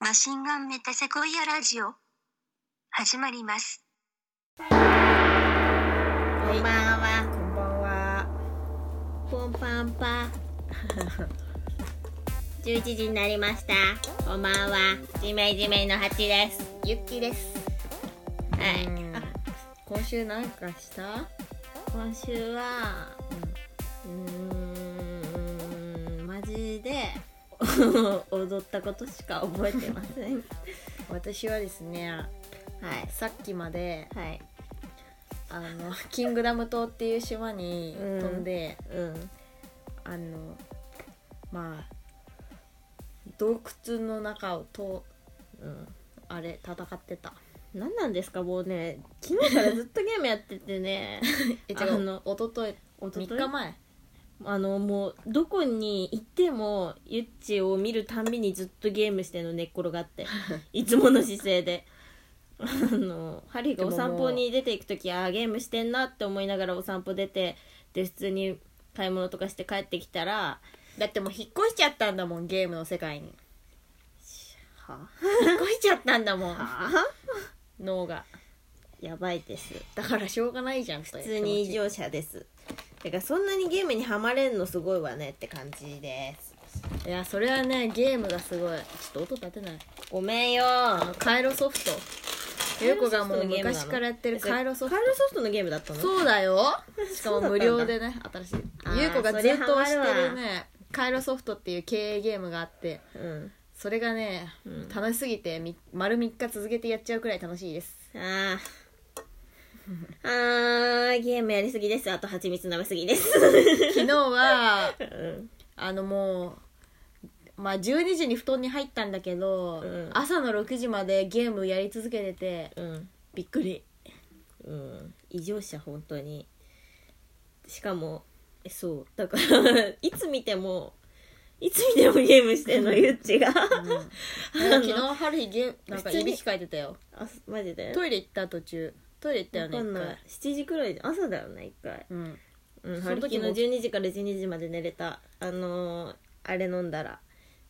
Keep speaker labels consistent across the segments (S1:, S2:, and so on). S1: マシンガンメタセコイアラジオ始まります
S2: こんばんは。
S3: こんばんは。
S2: ポンパンパ。11時になりました。こんばんは。じめじめの八です。
S3: ゆっきです。
S2: はい。
S3: うん
S2: あ
S3: 今週なんかした？
S2: 今週は、うーん、マジで 踊ったことしか覚えてません。は
S3: 私はですね、
S2: い。
S3: さっきまで
S2: はい。
S3: あのキングダム島っていう島に
S2: うん
S3: 飛んで、
S2: うん。
S3: あのまあ洞窟の中をと
S2: うん。
S3: あれ戦ってた。
S2: 何なんですかもうね、昨日からずっとゲームやっててね。
S3: え
S2: あ
S3: 違う
S2: の
S3: の一昨日
S2: 一昨
S3: 三
S2: 日
S3: 日前。
S2: あのもうどこに行ってもゆっちを見るたんびにずっとゲームしてんの寝っ転がって いつもの姿勢であのハリーがお散歩に出ていく時ああゲームしてんなって思いながらお散歩出てで普通に買い物とかして帰ってきたら
S3: だってもう引っ越しちゃったんだもんゲームの世界に。
S2: は
S3: 引っ越しちゃったんだもん
S2: あ
S3: 脳が。
S2: やばいです
S3: だからしょうがないじゃん普
S2: 普通に異常者ですてかそんなにゲームにはまれんのすごいわねって感じです
S3: いやそれはねゲームがすごいちょっと音立てない
S2: ごめんよ
S3: あのカイロソフトゆうこがもう昔からやってるカイロソフト
S2: カイロソフトのゲームだったの
S3: そう だよしか
S2: そうだったんだ
S3: も無料でね新しい
S2: あー
S3: ゆうこがずっ
S2: そ
S3: と
S2: りゃ
S3: 推し
S2: ハマるわ
S3: てるねカイロソフトっていう経営ゲームがあって
S2: うん
S3: それがね、
S2: うん
S3: 楽しすぎてみ丸3日続けてやっちゃうくらい楽し いです
S2: あーあーゲームやりすぎですあと蜂蜜舐めすぎです、
S3: 昨日は
S2: うん、
S3: あのもうまあ12時に布団に入ったんだけど、
S2: うん
S3: 朝の6時までゲームやり続けて て
S2: うん、
S3: びっくり
S2: うん、異常者本当にしかもえそうだから いつ見てもいつ見てもゲームしてんのゆっちが
S3: 昨日春日ゲームなんか
S2: 普通
S3: い
S2: に
S3: びきかいてたよ
S2: あすマジで
S3: トイレ行った途中トイレ行ったよ
S2: わ
S3: ね
S2: かん
S3: 一
S2: ない
S3: 回
S2: 7時くらいで朝だよね一回
S3: うん
S2: うん
S3: その
S2: 春
S3: 時
S2: 樹
S3: も
S2: の12時から12時まで寝れたあのーあれ飲んだら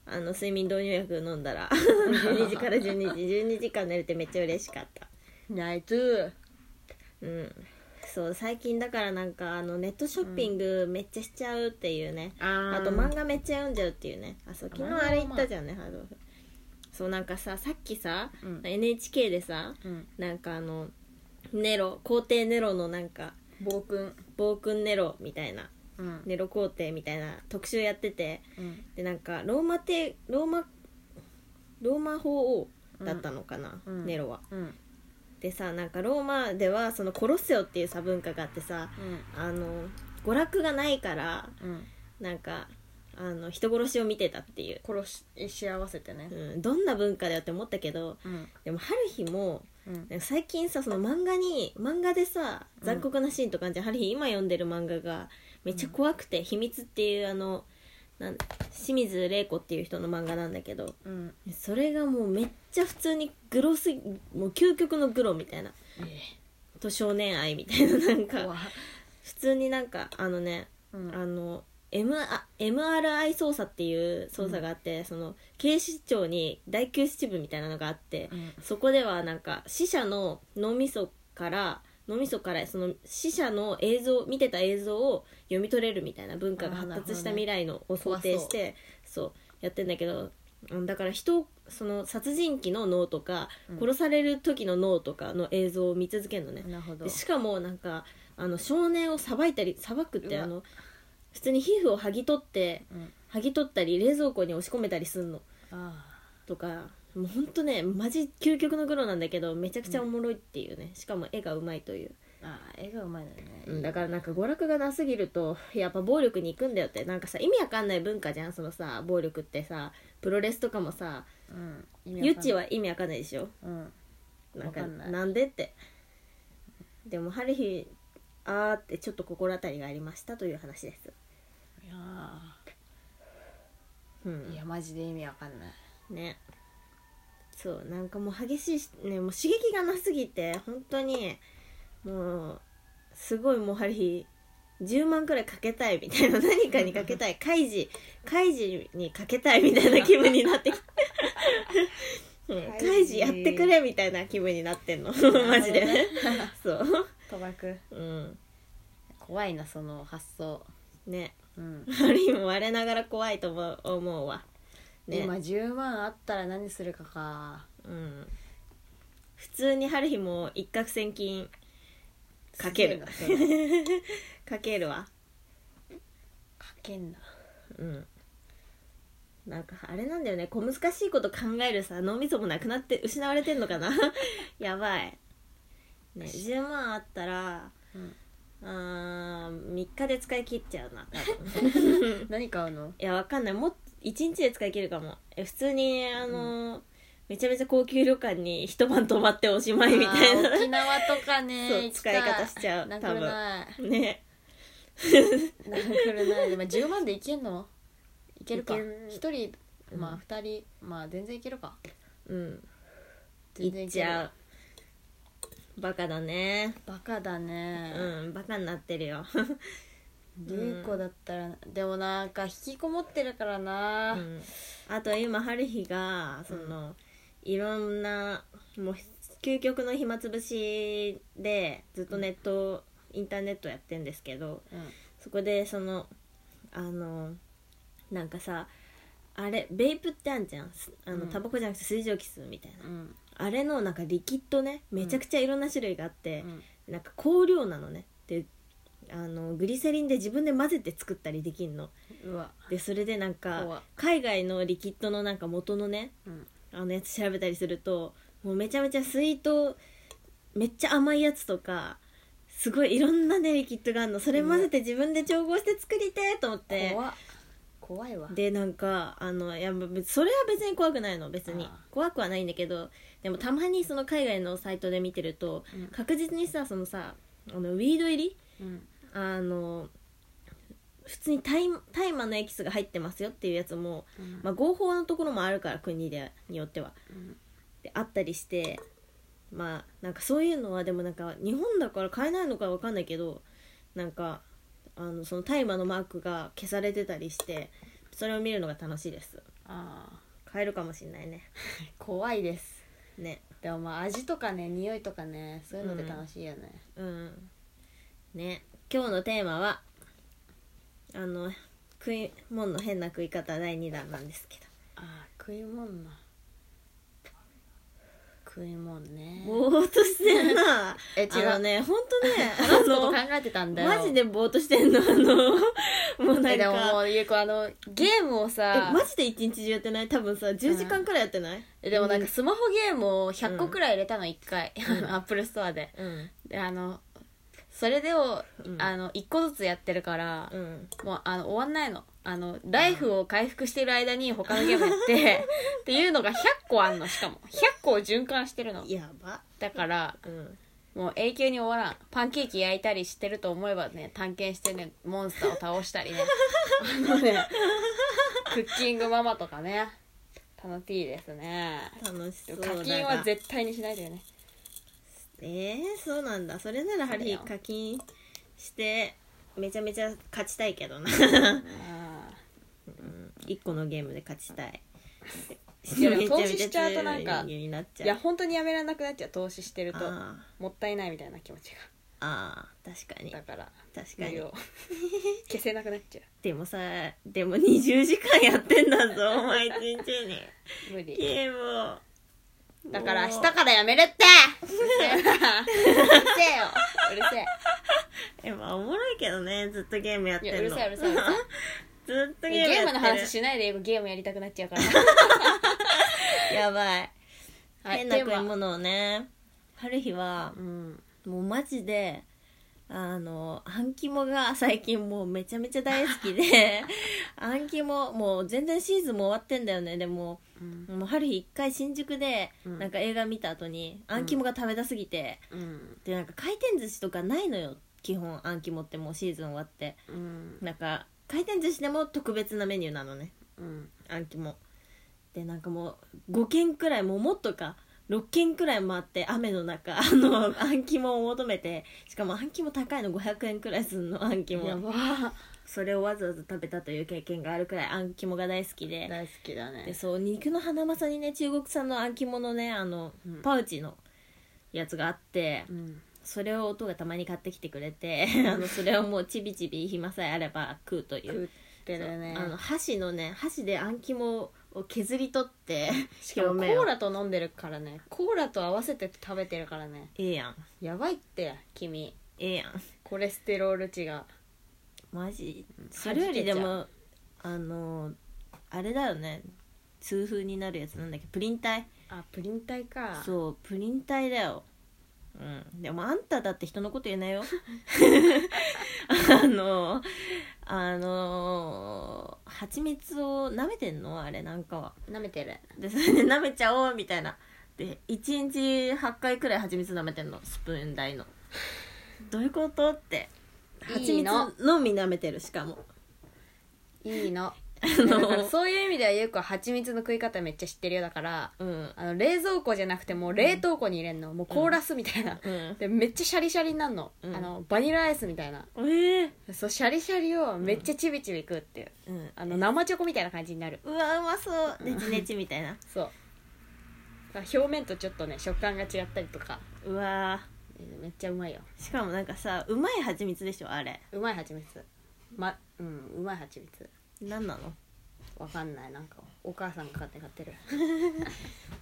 S2: あの睡眠導入薬飲んだ ら12時から12時12時間寝れてめっちゃ嬉しかった
S3: ナイトゥ
S2: うんそう最近だからなんかあのネットショッピングめっちゃしちゃうっていうね、
S3: あ
S2: あと漫画めっちゃ読んじゃうっていうねあそう昨日あれ言ったじゃんねハードオフそうなんかささっきさ、
S3: うん
S2: NHK でさ
S3: うん
S2: なんかあのネロ皇帝ネロのなんか
S3: 暴君
S2: 暴君ネロみたいな
S3: うん
S2: ネロ皇帝みたいな特集やってて
S3: うん
S2: でなんかローマ帝ローマローマ法王だったのかな、
S3: うん
S2: ネロは。
S3: うん
S2: でさなんかローマではそのコロッセオっていうさ文化があってさあの娯楽がないから
S3: うん
S2: なんかあの人殺しを見てたっていう、
S3: 殺しし合わせてね
S2: うん、どんな文化だよって思ったけど
S3: うん
S2: でも春日も
S3: うん
S2: なんか最近さその漫画に漫画でさ残酷なシーンとかあんじゃん、ハリー今読んでる漫画がめっちゃ怖くて「秘密」っていうあのなん清水玲子っていう人の漫画なんだけど
S3: うん
S2: それがもうめっちゃ普通にグロすぎもう究極のグロみたいなと少年愛みたいななん
S3: 怖
S2: か普通になんかあのね
S3: うん
S2: あの M あ MRI 捜査っていう捜査があって、その警視庁に第9支部みたいなのがあって、
S3: うん
S2: そこではなんか死者の脳みそから脳みそからその死者の映像見てた映像を読み取れるみたいな文化が
S3: あー
S2: 発
S3: なるほ
S2: 達
S3: どね
S2: した未来のを想定してそうやってんだけどうんだから人をその殺人鬼の脳とか、
S3: うん
S2: 殺される時の脳とかの映像を見続けるのね、
S3: なるほど
S2: でしかもなんかあの少年をさばいたりさばくっ
S3: う
S2: て
S3: わ
S2: あの普通に皮膚を剥ぎ取って
S3: うん
S2: 剥ぎ取ったり冷蔵庫に押し込めたりすんの
S3: あ
S2: とかもうほんとねマジ究極のグロなんだけどめちゃくちゃおもろいっていうね、しかも絵がうまいという、
S3: ーあー絵がうまいのよね
S2: だからなんか娯楽がなすぎるとやっぱ暴力に行くんだよってなんかさ意味わかんない文化じゃんそのさ暴力ってさプロレスとかもさ
S3: うん
S2: ゆっち
S3: は
S2: は意味わかんないでしょ
S3: うん
S2: なんか
S3: わかん
S2: な
S3: ない
S2: んでってでもハリヒあーってちょっと心当たりがありましたという話です
S3: いや
S2: う
S3: ーい
S2: ん
S3: やマジで意味わかんない
S2: ねそうなんかもう激しいしねもう刺激がなすぎて本当にもうすごいもうハリヒ10万くらいかけたいみたいな 何かにかけたい開示開示にかけたいみたいな気分になってきてジやってくれみたいな気分になってんのマジでねそう
S3: 賭博
S2: うん
S3: 怖いなその発想
S2: ね
S3: うん、
S2: ある意味我ながら怖いとも思うわね
S3: 今10万あったら何するかか
S2: うん普通に春日も一攫千金かける
S3: すげえなそれ
S2: かけるわ
S3: かけ んな
S2: うんなんかあれなんだよね小難しいこと考えるさ脳みそもなくなって失われてんのかな やばいね10万あったら、
S3: うん
S2: あー3日で使い切っちゃうな多分
S3: 何買うの
S2: いやわかんないもっ1日で使い切るかもえ普通にあのーめちゃめちゃ高級旅館に一晩泊まっておしまいみたい
S3: あー沖
S2: な
S3: 縄とかね
S2: そう
S3: 行きた
S2: 使い方しちゃう
S3: なくない
S2: ね
S3: なくないでも10万で行けんの行けるか
S2: いけん
S3: 一人
S2: うん
S3: まあ二人、まあ全然行けるか
S2: うん
S3: 全然
S2: いっ
S3: い
S2: ち
S3: ける
S2: ゃうバカだね
S3: バカだね、
S2: うんバカになってるよ
S3: リュウコだったら、でもなんか引きこもってるからな、
S2: うんあと今春日がその、いろんなもう究極の暇つぶしでずっとネット、インターネットやってんですけど
S3: うん
S2: そこでそのあのなんかさあれベイプってあんじゃんすあの、
S3: うん
S2: タバコじゃなくて水蒸気吸うみたいな
S3: うん
S2: あれのなんかリキッドねめちゃくちゃいろんな種類があって、
S3: うん
S2: なんか香料なのねであのグリセリンで自分で混ぜて作ったりできんの
S3: うわ
S2: でそれでなん
S3: 怖っ
S2: か海外のリキッドのなんか元のね
S3: うん
S2: あのやつ調べたりするともうめちゃめちゃスイートめっちゃ甘いやつとかすごいいろんなねリキッドがあるのそれ混ぜて自分で調合して作りてーと思って
S3: 怖っ怖いわ
S2: でなんかあのいやぶそれは別に怖くないの別に
S3: あ
S2: 怖くはないんだけどでもたまにその海外のサイトで見てると、
S3: うん
S2: 確実にさそのさあのウィード入り
S3: うん
S2: あの普通に大大麻のエキスが入ってますよっていうやつも、
S3: うん
S2: まあ、合法のところもあるから国でによっては
S3: うん
S2: であったりしてまあなんかそういうのはでもなんか日本だから買えないのかわかんないけどなんかあのその大麻のマークが消されてたりしてそれを見るのが楽しいです
S3: ああ
S2: 買えるかもしんないね
S3: 怖いです
S2: ね
S3: でもまあ味とかね匂いとかねそういうので楽しいよね、
S2: うんね今日のテーマはあの食い物の変な食い方第2弾なんです けど
S3: ああ食い物な食い物ね
S2: ぼーっとしてんな
S3: え違う
S2: あのねほんと ね
S3: 話すこと考えてたんだよ
S2: マジでぼーっとしてんのあ のもうな
S3: え
S2: ん
S3: でもも
S2: か
S3: うゆうこあのゲームを
S2: え
S3: さ
S2: マジで一日中やってない多分さ10時間くらいやってない
S3: えでもなんかスマホゲームを100個くらい入れたの1回、アップルストアで
S2: うん
S3: であのそれでを、
S2: うん
S3: あの1個ずつやってるから、
S2: うん
S3: もうあの終わんないのあのライフを回復してる間に他のゲームやって っていうのが100個あんのしかも100個を循環してるの
S2: やば
S3: だから
S2: うん
S3: もう永久に終わらんパンケーキ焼いたりしてると思えばね探検してねモンスターを倒したりねあのねクッキングママとかね楽しいですね
S2: 楽しそうだ
S3: 課
S2: が
S3: 金は絶対にしないでよね
S2: えー、そうなんだそれならハリー課金してめちゃめちゃ勝ちたいけどな
S3: あ
S2: 1個のゲームで勝ちたい
S3: でも投資しちゃうとなんか
S2: めちゃめちゃ強い人間になっ
S3: ー
S2: ち
S3: いや
S2: ゃう
S3: 本当にやめられなくなっちゃう投資してると
S2: あ
S3: もったいないみたいな気持ち
S2: ーあー確かに
S3: がだから
S2: 確か
S3: 無
S2: に
S3: 料消せなくなっちゃ
S2: でもさでも20時間やってんだぞお前一日に
S3: う無理
S2: ゲームを
S3: だから
S2: もう
S3: 明日からやめるってうるせえなうるせえようるせえ
S2: えまあおもろいけどねずっとゲームやってんの
S3: いやうるさいうるさいうるさい
S2: ずっとゲーム
S3: ゲ
S2: や
S3: ー
S2: って
S3: ム
S2: る
S3: の話しないでゲームやりたくなっちゃうから
S2: やばい
S3: はい
S2: 変な食
S3: テ
S2: い
S3: ーマ
S2: 物をね春日は
S3: うん
S2: もうマジであのあん肝が最近もうめちゃめちゃ大好き であん肝もう全然シーズンも終わってんだよねでも
S3: うん
S2: もう春日一回新宿で
S3: うん
S2: なんか映画見た後にあん肝が食べたすぎて、
S3: うん
S2: でなんか回転寿司とかないのよ基本あん肝ってもうシーズン終わって
S3: うん
S2: なんか回転寿司でも特別なメニューなのね
S3: うん
S2: あん肝でなんかもう5軒くらいもうもっとか6軒くらい回って雨の中 あのあん肝を求めてしかもあん肝高いの500円くらいすんのあん
S3: や
S2: 肝
S3: ば
S2: それをわざわざ食べたという経験があるくらいあん肝が大好きで
S3: 大好きだ
S2: で
S3: ね
S2: そう肉のハナマサにね中国産のあん肝のねあの、
S3: うん
S2: パウチのやつがあって
S3: うん
S2: それを音がたまに買ってきてくれて あのそれをもうちびちび暇さえあれば食うという
S3: 食ってるね
S2: そうあの箸のね箸であん肝を削り取って
S3: しかもコ
S2: 表面を
S3: ーラと飲んでるからねコーラと合わせて食べてるからね
S2: ええやん
S3: やばいって君
S2: ええやん
S3: コレステロール値が
S2: マジそ
S3: 弾けちゃう
S2: れよりでもあのあれだよね痛風になるやつなんだっけプリン体
S3: あプリン体か
S2: そうプリン体だようんでもあんただって人のこと言え ないよあのあの蜂蜜を舐めてんのあれなんかは
S3: 舐めてる
S2: でそれで舐めちゃおうみたいなで1日8回くらい蜂蜜舐めてんのスプーン台のどういうことって蜂
S3: い
S2: 蜜
S3: いの
S2: のみ舐めてるしかも
S3: いい の
S2: の
S3: だから そういう意味ではゆうこは蜂蜜の食い方めっちゃ知ってるよだから
S2: うん
S3: あの冷蔵庫じゃなくてもう冷凍庫に入れんの、もう凍らすみたいな、
S2: うん
S3: でめっちゃシャリシャリになるの,、
S2: うん
S3: あのバニラアイスみたいな
S2: ええ
S3: そうシャリシャリをめっちゃチビチビ食うっていう、
S2: うん
S3: あの生チョコみたいな感じになる
S2: うわうまそうネチネチみたいな
S3: そうだから表面とちょっとね食感が違ったりとか
S2: うわ
S3: めっちゃうまいよ
S2: しかもなんかさうまい蜂蜜でしょあれ
S3: うまい蜂蜜まうんうまい蜂蜜
S2: 何なの
S3: わかんないなんかお母さんが買って買 ってる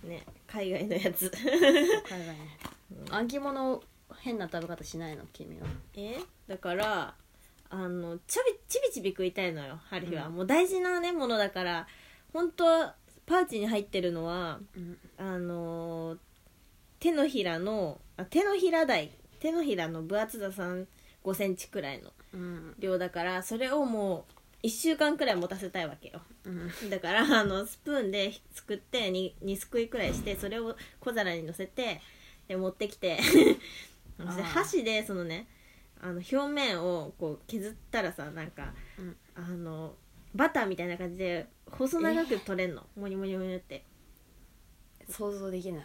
S2: ね海外のやつ
S3: 海外ねあん肝の変な食べ方しないの君は
S2: えだからあのちょびちびちび食いたいのよ春日は、もう大事なねものだから本当はパウチに入ってるのは
S3: うん
S2: あのー手のひらのあ手のひら台手のひらの分厚さ3 5センチくらいの
S3: うん
S2: 量だからそれをもう1週間くらい持たせたいわけよ
S3: うん
S2: だから あのスプーンですくって 2, 2すくいくらいしてそれを小皿にのせてで持ってき てそ
S3: あー
S2: して箸でそのねあの表面をこう削ったらさなんか、
S3: うん
S2: あのバターみたいな感じで細長く取れんの、モニモニモニって
S3: 想像できない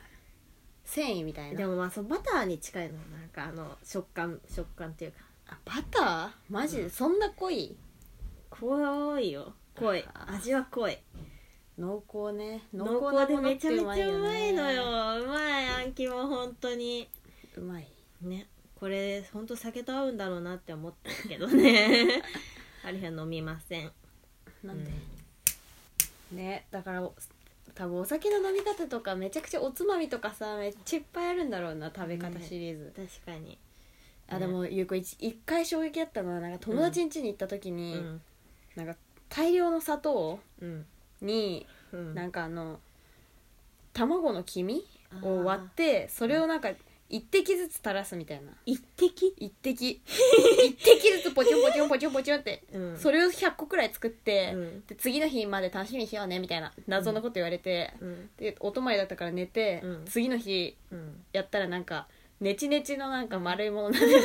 S3: 繊維みたい
S2: で
S3: な
S2: もまあそうバターに近いのなんかあの食感食感っていうか
S3: あバターマジで、そんな濃い
S2: 濃いよ濃い
S3: あー
S2: 味は濃い
S3: 濃厚ね
S2: 濃厚でめちゃめちゃうまいのようまいあんきも本当に
S3: うまい
S2: ねこれほんと酒と合うんだろうなって思ってるけど ねあれは飲みません
S3: なんで、ねだからお多分お酒の飲み方とかめちゃくちゃおつまみとかさめっちゃいっぱいあるんだろうな食べ方シリーズ、
S2: 確かに
S3: あ
S2: ね
S3: でもゆうこ一一回衝撃あったのはなんか友達ん家に行った時
S2: う
S3: に、
S2: ん
S3: なんか大量の砂糖
S2: うん
S3: に
S2: うん
S3: なんかあの卵の黄身を割ってそれをなんか一滴ずつ垂らすみたいな
S2: 一滴
S3: 一滴 一滴ずつポチョンポチョンポチョンポチョンって
S2: うん
S3: それを100個くらい作って、
S2: うん
S3: で次の日まで楽しみにしようねみたいな謎のこと言われて、
S2: うん
S3: でお泊まりだったから寝て、
S2: うん
S3: 次の日
S2: うん
S3: やったらなんかネチネチのなんか丸いものな んで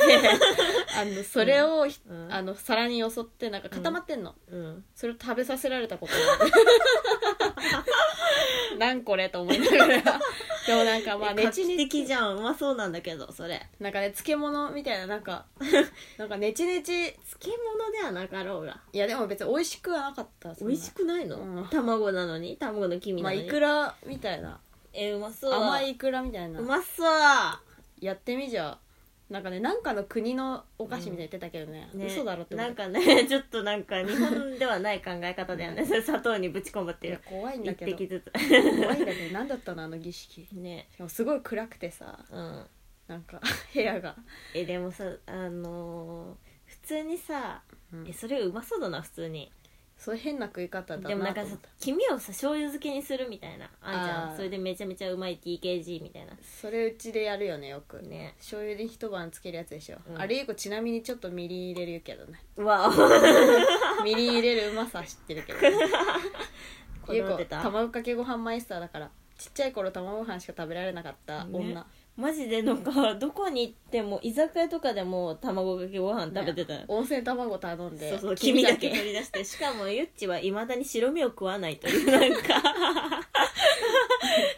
S3: あのそれを、ひ
S2: うん
S3: あの皿によそってなんか固まってんの、
S2: うん
S3: それを食べさせられたことがある なんこれと思いながらでもなんかまあ
S2: え
S3: ネ
S2: 画
S3: チ
S2: 期
S3: ネチ
S2: 的じゃんうまそうなんだけどそれ
S3: なんかね漬物みたいななんか なんかネチネチ
S2: 漬物ではなかろうが
S3: いやでも別に美味しくはなかったそん
S2: 美
S3: な
S2: 味しくないの、
S3: うん
S2: 卵なのに卵の黄身
S3: ま
S2: な
S3: あ
S2: のに、
S3: イクラみたいな
S2: えうまそう
S3: 甘いイクラみたいうな
S2: まそう
S3: やってみじゃなんかねなんかの国のお菓子みたいに言ってたけどね,、
S2: ね
S3: 嘘だろって思
S2: な
S3: っ
S2: ん
S3: た
S2: かね ちょっとなんか日本ではない考え方だよねそれ砂糖にぶち込むって
S3: い
S2: い
S3: や
S2: う
S3: 怖いん
S2: 一
S3: だけど
S2: 滴ずつ
S3: 怖いんだけど何だったのあの儀式
S2: ね
S3: でもすごい暗くてさ
S2: うん
S3: なんか 部屋が、
S2: えでもさあのー普通にさえそれうまそうだな普通に
S3: そういう変な食い方だな
S2: でもなん
S3: と
S2: か
S3: 思
S2: さ
S3: った
S2: 黄身をさ醤油漬けにするみたいなあんじゃ
S3: あー
S2: んそれでめちゃめちゃうまい TKG みたいな
S3: それうちでやるよねよく
S2: ね
S3: 醤油で一晩つけるやつでしょ、
S2: うん
S3: あれゆうこちなみにちょっとみりん入れるけど ね
S2: うわ
S3: みりん入れるうまさは知ってるけ ど、ね、
S2: こ
S3: ゆう
S2: だわ
S3: こ
S2: ってた
S3: 卵かけご飯マイスターだからちっちゃい頃卵ご飯しか食べられなかった
S2: ね
S3: 女、
S2: マジでなんかどこに行っても居酒屋とかでも卵かけご飯食べてたよ、
S3: 温泉卵頼んで
S2: そうそう黄
S3: 黄
S2: 身
S3: 身
S2: だけ取り出 してしかもゆっちはいまだに白身を食わないと いうなんか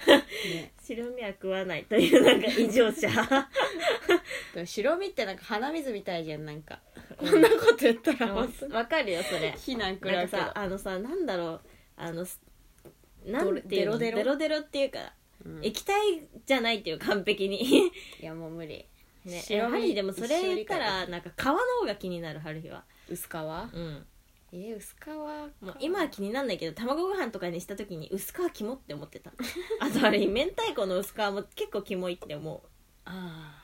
S3: ね
S2: 白身は食わないというなんか異常者
S3: でも白身ってなんか鼻水みたいじゃんなんかこんなこと言ったら
S2: わ
S3: 本当に
S2: かるよそれ
S3: 非難食
S2: な
S3: ら
S2: ん
S3: う
S2: か
S3: けど
S2: さあのさなんだろうあのすなんていうのデ
S3: デロ
S2: ロ
S3: デ
S2: デ
S3: ロ
S2: ロっていうか、
S3: うんい
S2: 液体じゃないっていう完璧 に
S3: やもう無理
S2: ね
S3: 白身
S2: やはりでもそれ言っ
S3: 一
S2: た
S3: 生理解
S2: らなんか皮の方が気になる春日は
S3: 薄皮
S2: うん
S3: え薄皮も
S2: もう今は気になんないけど卵ご飯とかにした時に薄皮キモって思って たあとあれ明太子の薄皮も結構キモいって思
S3: あ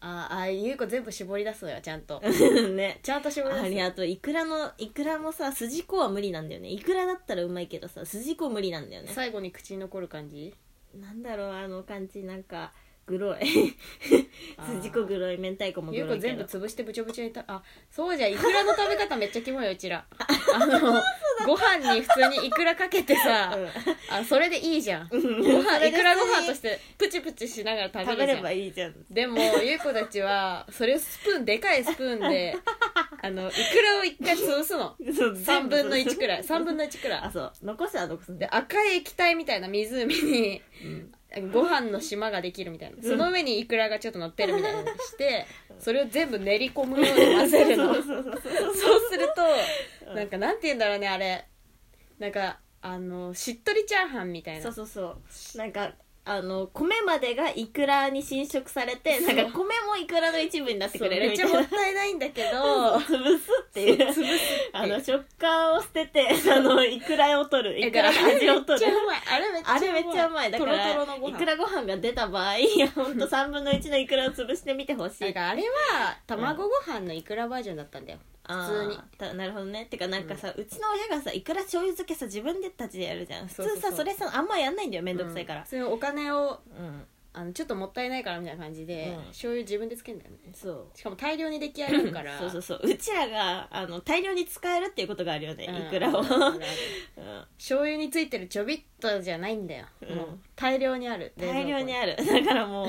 S3: ーあーあーゆうこ全部絞り出すのよちゃんと
S2: う ね
S3: ちゃんと絞り
S2: あ
S3: 出す
S2: れあとイクラのイクラもさ筋子は無理なんだよねイクラだったらうまいけどさ筋子無理なんだよね
S3: 最後に口に残る感じ
S2: なんだろうあの感じなんかグロい筋子グロい明太子もグ
S3: ゆう
S2: ロ
S3: こ
S2: いけ
S3: 全
S2: ど
S3: 部潰してぶちょぶちょにたあそうじゃんイクラの食べ方めっちゃキモいようちらあ のご飯に普通にイクラかけてさ、
S2: うん
S3: あそれでいいじゃんご
S2: そ
S3: 飯
S2: れ
S3: イ
S2: で
S3: クラご飯としてプチプチしながら食べ
S2: 食べ
S3: るじ
S2: れ
S3: ゃん
S2: ばいいじゃん
S3: でもゆう子たちはそれをスプーンでかいスプーンであのイクラを一回潰すの
S2: そう
S3: 3分の1くらい3
S2: 全部
S3: 分の1く ら
S2: あ
S3: い
S2: そう残すは残すん
S3: で
S2: だ
S3: 赤い液体みたいな湖に
S2: うん
S3: ご飯の島ができるみたいなその上にイクラがちょっと乗ってるみたいなのにしてそれを全部練り込むように混ぜるの そう
S2: そうそうそう
S3: する
S2: う
S3: と
S2: ん
S3: なんかなんて言うんだろうねあれなんかあのしっとりチャーハンみたい
S2: そう
S3: な
S2: そうそうなんかあの米までがイクラに侵食されてなんか米もイクラの一部になって
S3: そう
S2: くれる
S3: め
S2: み
S3: っち
S2: た
S3: ゃ
S2: い
S3: も
S2: な
S3: ったいないんだけど
S2: 潰すっていう
S3: 潰す
S2: あの食感を捨ててあのイクラを取るイクラの味を取
S3: めっちゃ
S2: る
S3: うまいあれめっちゃ
S2: あれめっちゃうまいだから
S3: トロトロのご
S2: い
S3: 飯
S2: くらご飯が出た場 合いやほんと3分の1のイクラを潰してみてほし
S3: なん
S2: い
S3: かあれは卵ご飯のイクラバージョンだったんだよ
S2: あ
S3: 普通に
S2: ーたなるほどねてかなんかさ、うちの親がさいくら醤油漬けさ自分でたちでやるじゃん普通さ
S3: そう
S2: そ
S3: そうそう
S2: れさあんまやんないんだよめんどくさいか
S3: うん
S2: ら
S3: それをお金を
S2: うん、
S3: あのちょっともったいないからみたいな感じで、
S2: うん
S3: 醤油自分でつけんだよね
S2: そう
S3: しかも大量に出来上がるか ら
S2: そうそうそううちらがあの大量に使えるっていうことがあるよね、
S3: うん
S2: いくらを、うん
S3: 醤油についてるちょびっとじゃないんだよ、
S2: うん
S3: もう大量にある
S2: 大量に
S3: る
S2: ある だからもう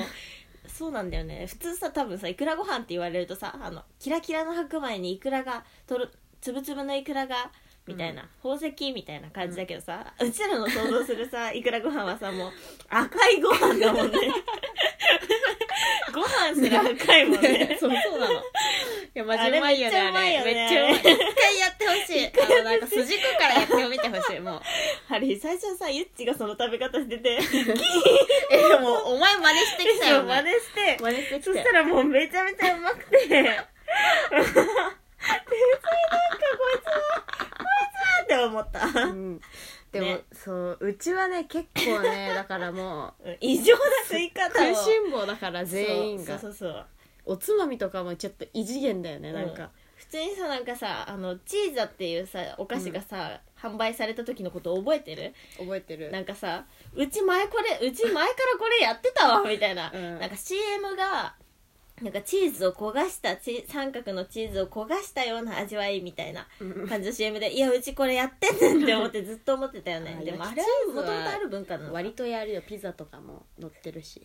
S2: そうなんだよね普通さ多分さいくらご飯って言われるとさあのキラキラの白米にいくらがとろつぶつぶのいくらがみたいな、宝石みたいな感じだけどさ、うちらの想像するさいくらご飯はさもう赤いご飯だも んねご飯すら赤いもんね
S3: そうそうなのいやマジうまいよねあ
S2: あ
S3: れ
S2: れ
S3: め
S2: め
S3: っ
S2: っ
S3: ち
S2: ちゃ
S3: ゃう
S2: うまい
S3: まい一
S2: よ
S3: 回やってほし いあのなんか筋子からやってみてほしいもう
S2: あれ最初さゆっちがその食べ方してて
S3: えでもお前真似してきたよ、
S2: 真似して
S3: 真似してきた
S2: そ
S3: よ
S2: したらもうめちゃめちゃうまく て天才なんかこいつはこいつはって思
S3: う
S2: っ
S3: んでも、
S2: ね
S3: そううちはね結構ねだか らも
S2: たうん異常な吸い方
S3: う食
S2: を
S3: いしん坊だから全員が
S2: そうそうそう
S3: おつまみとかもちょっと異次元だよね
S2: そう
S3: なんか、
S2: うん普通にさなんかさあのチーザっていうさお菓子がさ、販売された時のこと覚えてる
S3: 覚えてる
S2: なんかさうち前これうち前からこれやってたわみたいな、
S3: うん
S2: なんか CM がなんかチーズを焦がしたチ三角のチーズを焦がしたような味わいみたいな感じの CM でいやうちこれやってんねんって 思ってずっと思ってたよね
S3: あ
S2: でもあ
S3: 焼
S2: れ
S3: き
S2: は
S3: チーズ
S2: も
S3: は
S2: ともとある文化なの
S3: 割とやるよピザとかも乗ってるし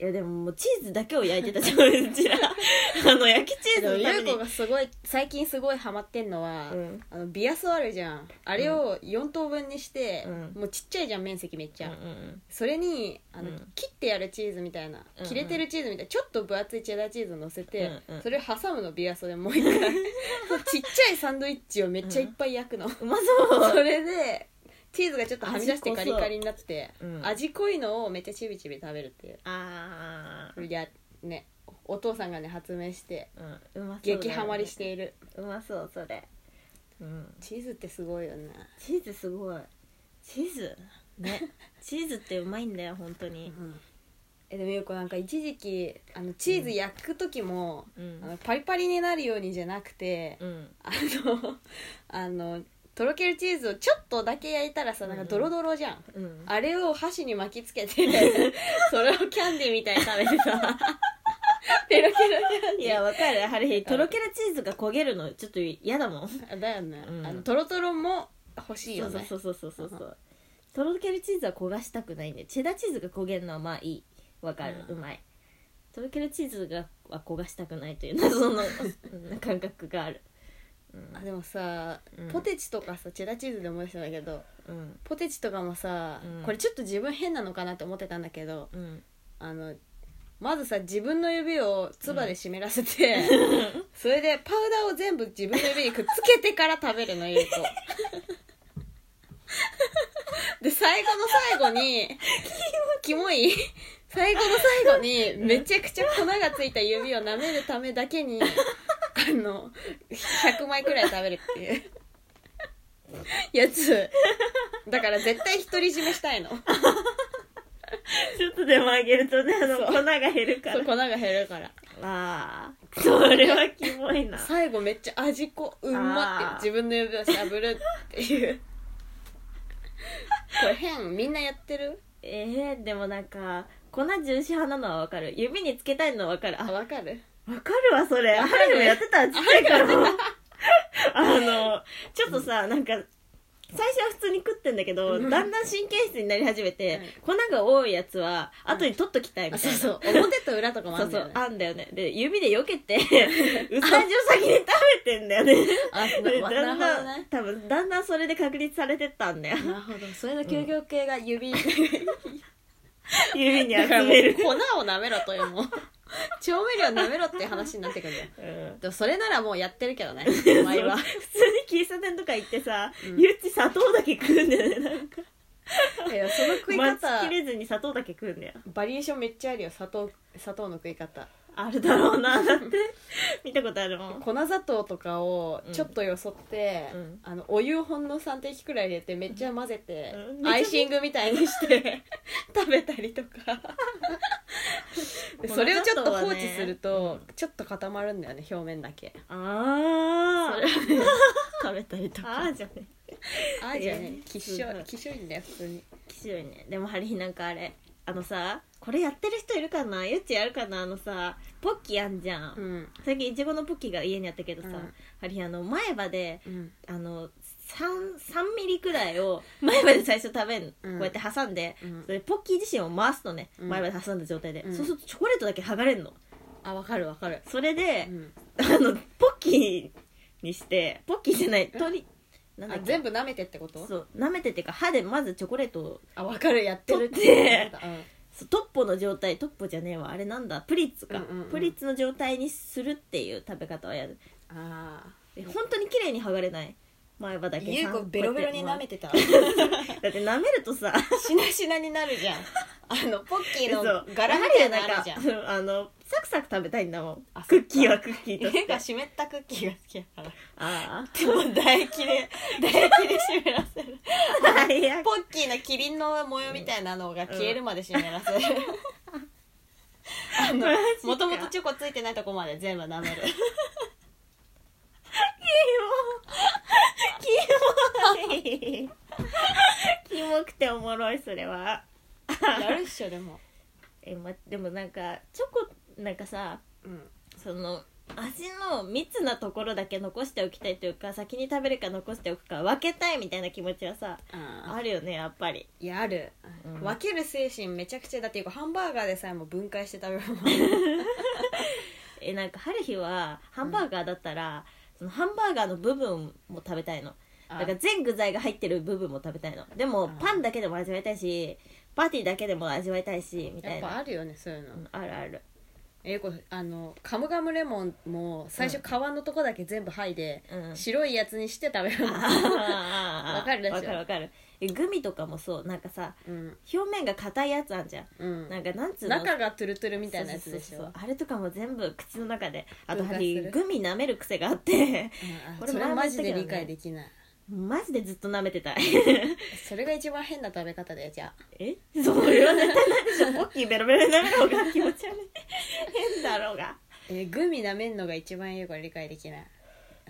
S2: いやでももうチーズだけを焼いてた じゃんうちらあの焼きチー
S3: でも
S2: ズのため
S3: 優
S2: に
S3: 子がすごい最近すごいハマってんのは、
S2: うん
S3: あのビアスあるじゃんあれを4等分にして、
S2: うん
S3: もうちっちゃいじゃん面積めっちゃ、
S2: うんうん
S3: それにあの、
S2: うん
S3: 切ってやるチーズみたいな、
S2: うん
S3: 切れてるチーズみたいなちょっと分厚いチェダーチーズ乗せて、
S2: うんうん
S3: それを挟むのビアソでもう一 回そうちっちゃいサンドイッチをめっちゃいっぱい焼くの、
S2: うんうまそう
S3: それでチーズがちょっとはみ出してカリカリになって
S2: 味濃そううん
S3: 味濃いのをめっちゃチビチビ食べるっていう
S2: あ
S3: いやねお父さんがね発明して
S2: ーうんうまそうだよね
S3: 激ハマりしている、
S2: うまそうそれうん
S3: チーズってすごいよね
S2: チーズすごいチーズねチーズってうまいんだよ本当に
S3: えでもゆうこなんか一時期あのチーズ焼く時も、
S2: うん
S3: あのパリパリになるようにじゃなくて、
S2: うん
S3: あのあのとろけるチーズをちょっとだけ焼いたらさなんかドロドロじゃん、
S2: うん
S3: あれを箸に巻きつけて それをキャンディーみたいに食べてたペロペロ
S2: いやわかるハリーとろけるチーズが焦げるのちょっと嫌だもんそ
S3: キャンディーだよね、
S2: うん
S3: あのトロトロも欲しいよ
S2: う
S3: ね
S2: そうそうそうそうそうとろけるチーズは焦がしたくないんでチェダーチーズが焦げるのはまあいいわかる
S3: う
S2: うんまいとろけるチーズがは焦がしたくないという謎 のうん感覚がある
S3: あでもさ、
S2: うん
S3: ポテチとかさチェダーチーズで思い出したんだけど
S2: うん
S3: ポテチとかもさ、
S2: うん
S3: これちょっと自分変なのかなって思ってたんだけど
S2: うん
S3: あのまずさ自分の指を唾で湿らせて、 それでパウダーを全部自分の指にくっつけてから食べる のゆうとで最後の最後にキモい最後の最後にめちゃくちゃ粉がついた指を舐めるためだけにあの100枚くらい食べるっていうやつだから絶対独り占めしたいの
S2: ちょっとでもあげるとねあの
S3: そう
S2: 粉が減るか
S3: そう
S2: ら
S3: 粉が減るから
S2: ああそれはキモいな
S3: 最後めっちゃ味こうんま
S2: あ
S3: っ
S2: ー
S3: て自分の指をしゃぶるっていう これ変みんなやってる
S2: えー、でもなんか粉重視派なのはわかる指につけたいのはわかるあ
S3: あわかる
S2: わかるわそれあ
S3: かる
S2: るのやってたちっちゃいからあのちょっとさなんか最初は普通に食ってんだけど、
S3: うん
S2: だんだん神経質になり始めて、粉が多いやつは後に取っときたいみたいな、
S3: そう表と裏とかもあ
S2: そう
S3: る
S2: んそ
S3: だよ
S2: う
S3: ね
S2: あんだよねで指で避け てうさじを先に食べてんだよね
S3: あ
S2: で
S3: な
S2: だん
S3: なるほ
S2: だ
S3: ど
S2: ん、
S3: ね
S2: 多分だんだんそれで確立されてったんだよ
S3: なるほどそれの究極系が指、
S2: 指に集
S3: だからもう
S2: める、
S3: 粉を 舐めろというもう 調味料舐めろっていう話になってくるよ
S2: うん
S3: でもそれならもうやってるけど ねお前は
S2: そう 普通に喫茶店とか行ってさ、ゆっち砂糖だけ食うんだよねなんか
S3: いやその食い
S2: 待ちき
S3: 方
S2: れずに砂糖だけ食うんだよ
S3: バリエーションめっちゃあるよ砂糖砂糖の食い方
S2: あるだろうなだって見たことあるもん
S3: 粉砂糖とかをちょっとよそって、
S2: うん
S3: あのお湯をほんの3滴くらい入れてめっちゃ混ぜて、
S2: うん
S3: アイシングみたいにして食べたりとか でそれをちょっと放置すると、ちょっと固まるんだよね表面だけ
S2: あ
S3: そ
S2: あ
S3: れ 食べたりと
S2: あ
S3: か
S2: ーじゃね
S3: あーじゃあねきっしょ
S2: うん
S3: いきっしょいんだよ普通に
S2: きしょいねでもハリーなんかあれあのさこれやってる人いるかなゆっちやるかなあのさポッキーあんじゃん、
S3: うん
S2: 最近いちごのポッキーが家にあったけどさ、
S3: うん
S2: ハリーあの前歯で
S3: うん
S2: あの 3, 3ミリくらいを前歯で最初食べんの、
S3: うん
S2: こうやって挟んで、
S3: うん
S2: それポッキー自身を回すとね、
S3: うん
S2: 前歯で挟んだ状態で、
S3: うん
S2: そうするとチョコレートだけ剥がれんの
S3: あわかるわかる、
S2: それで
S3: う、ん、
S2: あのポッキーにしてポッキーじゃない鳥なんだ
S3: あ
S2: っけ
S3: 全部舐めてってこと
S2: そう舐めてっていうか歯でまずチョコレートを
S3: あわかるやって
S2: 取
S3: ることうん
S2: そうトッポの状態トッポじゃねえわあれなんだプリッツか、
S3: うんうんうん
S2: プリッツの状態にするっていう食べ方をやる
S3: ああ
S2: で本当に綺麗に剥がれない前歯だけ
S3: ゆうこベロベロに舐め
S2: て
S3: てた
S2: だって舐めるとさ
S3: しなしなになるじゃんあのポッキーの
S2: そう
S3: 柄みたいなのあるじゃ
S2: やは
S3: ん
S2: りなんかうんあのサクサク食べたいんだもん
S3: あ
S2: クッキーはクッキーと
S3: 家
S2: して
S3: が湿ったクッキーが好きやから
S2: あ
S3: でも唾液で 唾液で湿らせる
S2: あ最悪
S3: ポッキーのキリンの模様みたいなのが消えるまで湿らせる、あの
S2: マジか
S3: もともとチョコついてないとこまで全部舐 める
S2: キモいキモくておもろいそれは
S3: やるっしょでも
S2: え、ま、でもなんかチョコなんかさ
S3: うん
S2: その味の密なところだけ残しておきたいというか先に食べるか残しておくか分けたいみたいな気持ちはさ
S3: あ
S2: あるよねやっぱり
S3: いやある、
S2: うん
S3: 分ける精神めちゃくちゃだっていうかハンバーガーでさえも分解して食べるもん
S2: えなんか春日はハンバーガーだったら、そのハンバーガーの部分も食べたいのだから全具材が入ってる部分も食べたいのでも
S3: あ
S2: パンだけでも味わいたいしパティだけでも味わいたいしみた
S3: やっ
S2: いな
S3: ぱあるよねそういうの、
S2: うんあるある
S3: えーこれあのカムカムレモンも最初皮のとこだけ全部剥いで、
S2: うん
S3: 白いやつにして食べるの、 わ
S2: わ
S3: かるでしょ
S2: わかるわかるえグミとかもそうなんかさ
S3: うん
S2: 表面が硬いやつあんじゃん、
S3: うん、
S2: なんかなんつうの
S3: 中がトゥルトゥルみたいなやつでし
S2: そうそう
S3: ょ
S2: そうあれとかも全部口の中であと
S3: 分
S2: ハ
S3: 解する
S2: リーグミ舐める癖があって
S3: うんあ
S2: これ
S3: それ
S2: 前も
S3: マ
S2: 言ったけどね
S3: ジで理解できない
S2: マジでずっと舐めて たい
S3: それが一番変な食べ方だよじゃあ
S2: えそう言わ絶対ないでしょポッキーベロベロに舐める方が気持ち 悪い変だろうが
S3: えーグミ舐めんのが一番英語理解できない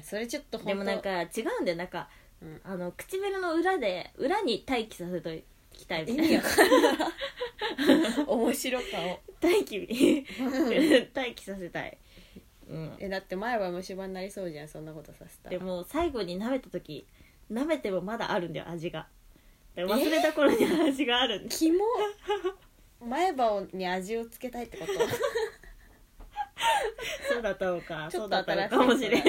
S3: それちょっと本当
S2: でもなんか違うんだよなんか、
S3: うん
S2: あの唇の裏で裏に待機させときたいみ
S3: 意
S2: たい
S3: 味
S2: な
S3: わからん面白顔
S2: 待機 待機させたい、うん、
S3: えだって前は虫歯になりそうじゃんそんなことさせた
S2: で
S3: ら
S2: も最後に舐めた時舐めてもまだあるんだよ味がで忘れた頃には味があるんだ
S3: キモ前歯をに味をつけたいってこと
S2: そうだったのか、
S3: ち
S2: そ
S3: ょ
S2: う
S3: っ
S2: だ
S3: と
S2: った
S3: 新し
S2: の
S3: い
S2: かもしれん。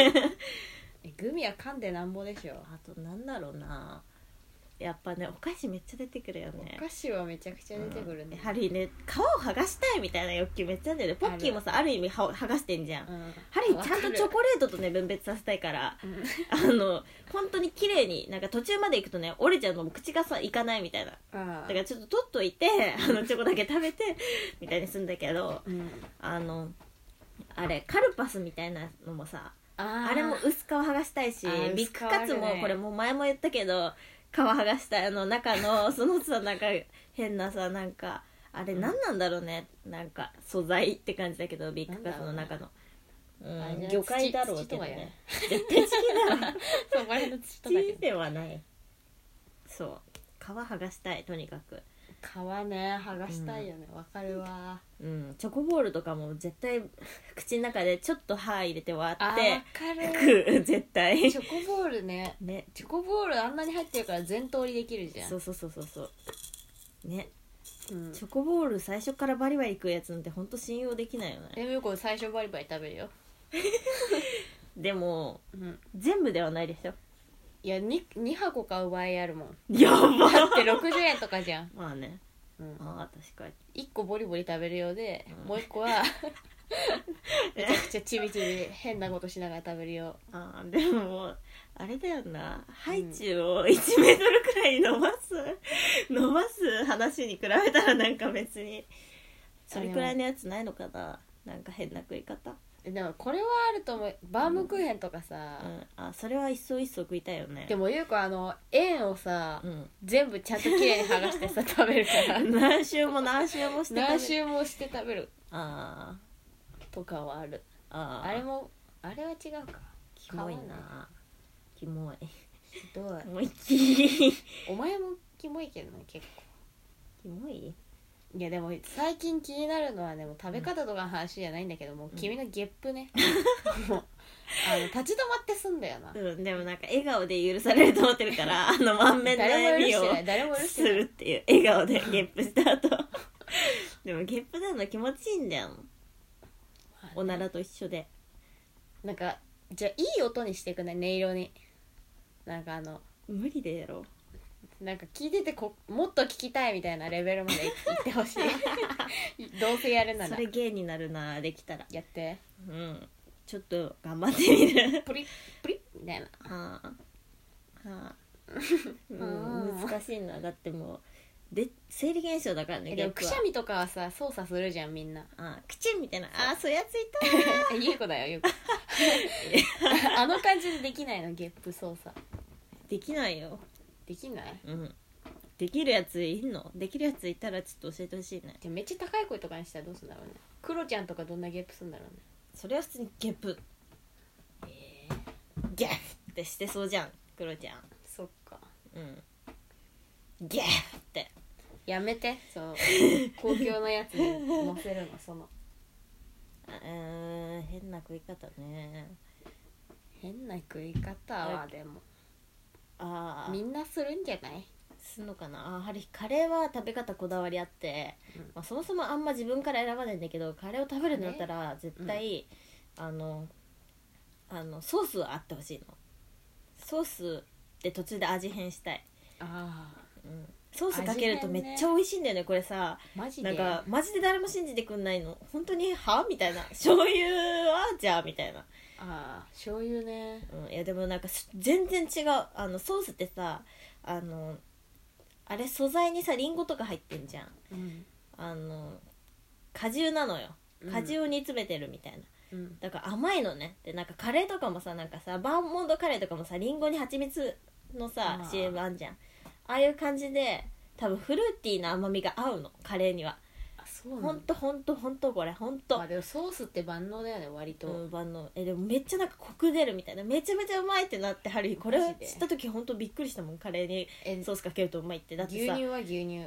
S3: えグミは噛んでなんぼでしょ
S2: あとなんだろうな。やっぱねお菓子めっちゃ出てくるよね
S3: お菓子はめちゃくちゃ出てくる
S2: うん
S3: ね、
S2: ハリーね皮を剥がしたいみたいな欲求めっちゃあるんだよねポッキーもさある意味は剥がしてんじゃん、
S3: うん
S2: ハリーちゃんとチョコレートとね分別させたいから
S3: うん
S2: あの本当に綺麗になんか途中まで行くとね折れちゃうのも口がさいかないみたいな
S3: あ
S2: だ
S3: あ
S2: からちょっと取っといてあのチョコだけ食べてみたいにするんだけど
S3: うん
S2: あのあれカルパスみたいなのもさ
S3: あ
S2: あれも薄皮剥がしたいし
S3: あー
S2: ビッグカツ
S3: 薄皮ある
S2: も
S3: ね
S2: これもう前も言ったけど皮剥がしたいあの中のそのさなんか変なさなんかあれ何なんだろうね、なんか素材って感じだけどビッグカツの中の。う
S3: あれじゃ
S2: ん、
S3: ない
S2: 魚介だろう
S3: 土
S2: け
S3: 土と
S2: ど
S3: かや
S2: ね絶対チキンだろ
S3: そうこれの土とか
S2: 土
S3: で
S2: ではないそう皮剥がしたいとにかく
S3: 皮ね剥がしたいよねわ、かるわ
S2: うんチョコボールとかも絶対口の中でちょっと歯入れて割っ
S3: あーわ
S2: て
S3: かる
S2: 食う絶対
S3: チョコボールね
S2: ね
S3: チョコボールあんなに入ってるから全通りできるじゃん
S2: そうそうそうそうそうね
S3: うん
S2: チョコボール最初からバリバリ食うやつなんてほんと信用できないよね
S3: レミコ最初バリバリ食べるよ、
S2: でも
S3: うん、
S2: 全部ではないでし ょ
S3: いや 2, 2箱買う場合あるもん
S2: やば
S3: だって60円とかじゃん、
S2: まあね
S3: うん、
S2: ああ確かに
S3: 1個ボリボリ食べるようで、
S2: うん
S3: もう1個は めちゃくちゃチビチビ変なことしながら食べるよ
S2: あーでもあれだよなハイチュウを1メートルくらい伸ばす、伸ばす話に比べたらなんか別にそれくらいのやつないのかななんか変な食い方、
S3: うでもこれはあると思うバームクーヘンとかさ
S2: う、ん、あそれは一層一層食いたいよね
S3: でもゆうこあの円をさ、
S2: うん、
S3: 全部ちゃんと綺麗に剥がしてさ食べる から
S2: 何周も何周もしてべる
S3: 何周もして食べる
S2: あー
S3: とかはある
S2: あ
S3: あ
S2: ー
S3: れもあれは違うか
S2: キモいなキモい
S3: ひどい
S2: キモいキ
S3: お前もキモいけどね結構
S2: モい
S3: いやでも最近気になるのはでも食べ方とかの話じゃないんだけどもう君のゲップね、 もうあの立ち止まってすんだよな
S2: うんでもなんか笑顔で許されると思ってる からあの満面の
S3: 誰も
S2: 笑
S3: 許
S2: み
S3: し
S2: を
S3: てない誰も許し
S2: す
S3: てな
S2: るっ
S3: い
S2: ていう笑 顔でゲップした後でもゲップなの気持ちいいんだよおならと一緒で
S3: なんかじゃあいい音にしてくね音色になんかあの
S2: 無理でやろ
S3: なんか聞いててこもっと聞きたいみたいなレベルまでいいってほし いどうせやるな
S2: そ
S3: ら
S2: れ芸になるなできたら
S3: やって
S2: うんちょっと頑張ってみ る
S3: プリップリッみたいな
S2: はあ はあ、う
S3: うん
S2: ん、難しいなだってもうで生理現象だからね
S3: えで
S2: ゲ
S3: も
S2: ッ
S3: く
S2: プ
S3: し
S2: は
S3: ゃみとかはさ操作するじゃんみんな
S2: あくちみたいなあーそやついた
S3: えゆう こだよゆ うこあの感じでできないのゲップ操作
S2: できないよ
S3: できない
S2: うんできるやついんのできるやついたらちょっと教えてほしいね
S3: でもめっちゃ高い声とかにしたらどうすんだろうねクロちゃんとかどんなゲップすんだろうね
S2: それは普通にゲップゲップってしてそうじゃんクロちゃん
S3: そっか
S2: うんゲップって
S3: やめてそ の公共のやつに載せるのその
S2: うーん変な食い方ね
S3: 変な食い方はでも
S2: ああ
S3: みんなするんじゃない
S2: すんのかなあーハリーカレーは食べ方こだわりあって、
S3: うん
S2: まあ、そもそもあんま自分から選ばないんだけどカレーを食べるんだったら絶対、あのあのソースはあってほしいのソースで途中で味変したい、
S3: あ
S2: うん、ソースかけるとめっちゃ美味しいんだよねこれさ
S3: あマジ
S2: な
S3: で
S2: んかマジで誰も信じてくんないの本当にはみたいな醤油はじゃあみたいな、
S3: ああ醤油ね
S2: うん、いやでもなんかす全然違うあのソースってさあのあれ素材にさリンゴとか入ってんじゃん
S3: うん、
S2: あの果汁なのよ
S3: うん
S2: 果汁を煮詰めてるみたいな、
S3: うん、
S2: だから甘いのねでなんかカレーとかもさなんかさバーモンドカレーとかもさリンゴに蜂蜜のさ
S3: あー
S2: CM あんじゃんああいう感じで多分フルーティーな甘みが合うのカレーには
S3: あそうな
S2: ほ
S3: ん
S2: んと
S3: だ
S2: ほんとほんとこれほんと
S3: まあでもソースって万能だよね割と、
S2: うん万能えでもめっちゃなんかコク出るみたいなめちゃめちゃうまいってなってハリーこれ
S3: マジで
S2: 知った時ほんとびっくりしたもんカレーに
S3: え
S2: ソースかけるとうまいってだって
S3: 牛
S2: さ
S3: 乳は牛乳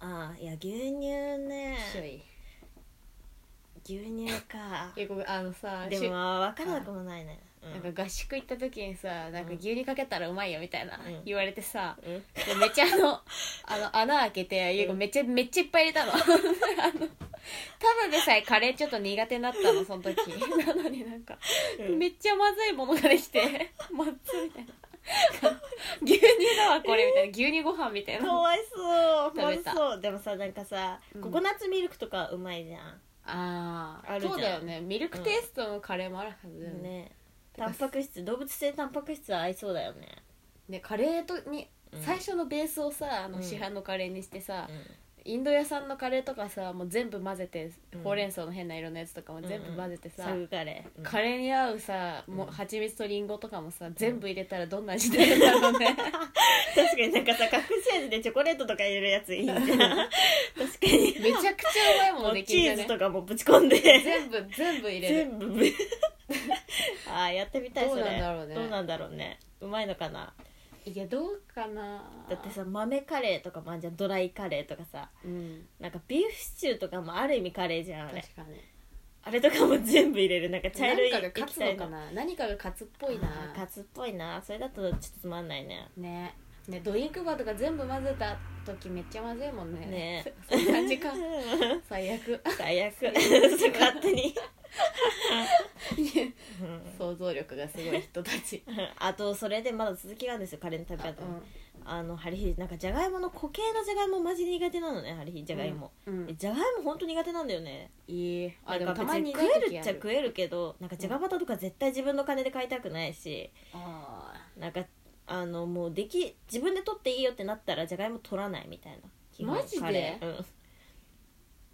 S2: ああいや牛乳ね
S3: しょい
S2: 牛乳か
S3: 結構あのさ
S2: で
S3: し
S2: もまあ分からなくもないねうん
S3: なんか合宿行った時にさなんか
S2: うん
S3: 牛乳かけたらうまいよみたいな、
S2: うん
S3: 言われてさ
S2: うん
S3: でめっちゃあのあの穴開けてゆうこめっちゃめっちゃいっぱい入れたの あのただでさえカレーちょっと苦手になったのその時なのになんか、
S2: うん
S3: めっちゃまずいものができてまずいみたいな牛乳だわこれみたいな牛乳ご飯みたい
S2: か
S3: な
S2: わいそう
S3: 食
S2: かわ
S3: べ
S2: い
S3: た
S2: そうでもさなんかさ、
S3: うん
S2: ココナッツミルクとかうまいじゃん
S3: あ
S2: あ
S3: あ
S2: るじゃん
S3: そうだよねミルクテイストのカレーもあるはずだよね,、
S2: ねタンパク質動物性タンパク質は合いそうだよね、
S3: ねカレーとに
S2: うん
S3: 最初のベースをさあ
S2: う
S3: の
S2: ん
S3: 市販のカレーにしてさ、
S2: う
S3: インド屋さんのカレーとかさもう全部混ぜて、
S2: うん
S3: ほうれん草の変な色のやつとかも
S2: ん
S3: 全部混ぜてさ、
S2: サグカレー、
S3: カレーに合うさもう
S2: うん
S3: 蜂蜜とリンゴとかもさ全部入れたらどんな 味出るんだろうね
S2: 確かになんかさ隠し味でチョコレートとか入れるやついい じゃん確かに
S3: めちゃくちゃうまいも
S2: も
S3: の
S2: う
S3: で
S2: チ
S3: きる
S2: ー
S3: ん
S2: ズ
S3: じゃな
S2: と
S3: い
S2: かもぶち込んで
S3: 全部全部入れる
S2: 全部ぶ ああやってみたい
S3: ど
S2: そうれ
S3: なんだろうね
S2: どうなんだろうねうまいのかない
S3: やどうかな
S2: だってさ豆カレーとかもあんじゃんドライカレーとかさ
S3: うん
S2: なんかビーフシチューとかもある意味カレーじゃんあ
S3: 確
S2: れ
S3: かに
S2: あれとかも全部入れるなんか茶色い
S3: 何かが勝つの
S2: 液体
S3: かな何かが勝つっぽい
S2: あ
S3: な
S2: ーカツっぽいなそれだとちょっとつまんないね
S3: ねねドリンクバーとか全部混ぜた時めっちゃまずいもんね
S2: ね
S3: そんな感じか最悪
S2: 最悪そう勝手にうん
S3: 想像力がすごい人たち
S2: あとそれでまだ続きがあるんですよカレーの食べ方
S3: うん
S2: あのハリヒなんかじゃがいもの固形のじゃがいもマジ苦手なのねハリヒじゃがいも、
S3: うん
S2: えじゃがいも本当苦手なんだよね
S3: いいあ
S2: なん
S3: で
S2: か
S3: もたまに
S2: 別食えるっちゃ食えるけどなんかじゃがバタとか絶対自分の金で買いたくないし、
S3: ああ
S2: なんかあのもうでき自分で取っていいよってなったらじゃがいも取らないみたいな基本
S3: マジで
S2: カレーうん、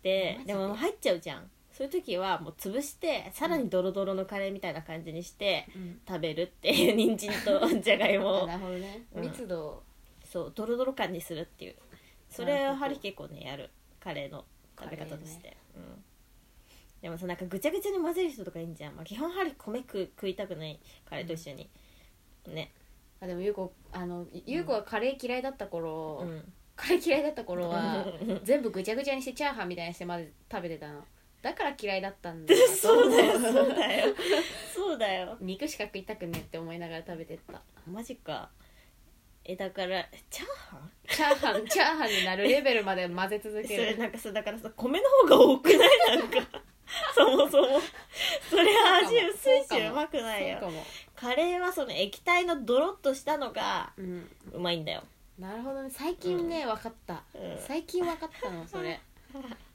S2: で
S3: マジで
S2: でも入っちゃうじゃんそういう時はもう潰してさらにドロドロのカレーみたいな感じにして
S3: うん
S2: 食べるっていう人参 とじゃがいもを
S3: なるほどね
S2: うん
S3: 密度を
S2: そうドロドロ感にするっていうそ
S3: な
S2: れ
S3: る
S2: は
S3: ほど
S2: ハリ結構ねやるカレーの食べ方として、うんでもさなんかぐちゃぐちゃに混ぜる人とかいいんじゃん、まあ、基本ハリ米食う食いたくないカレーと一緒に、ね
S3: あでも優子あの優子がカレー嫌いだった頃、
S2: うん
S3: カレー嫌いだった頃は 全部ぐちゃぐちゃにしてチャーハンみたいにしてまで食べてたのだから嫌いだったんだ
S2: そうだよそうだよ そうだよ
S3: 肉しか食いたくねえって思いながら食べてった
S2: マジかえだからチャーハン
S3: チャーハンチャーハンになるレベルまで混ぜ続
S2: そ
S3: け
S2: れ
S3: る
S2: なんかさだからさ米の方が多くないなんか そもそもそれ味薄い
S3: そう
S2: し
S3: か
S2: う
S3: も
S2: まくない
S3: そう
S2: よ
S3: かも、
S2: カレーはその液体のドロッとしたのが
S3: うん、
S2: うまいんだよ
S3: なるほどね最近ね、分かった、
S2: うん
S3: 最近分かったのそれ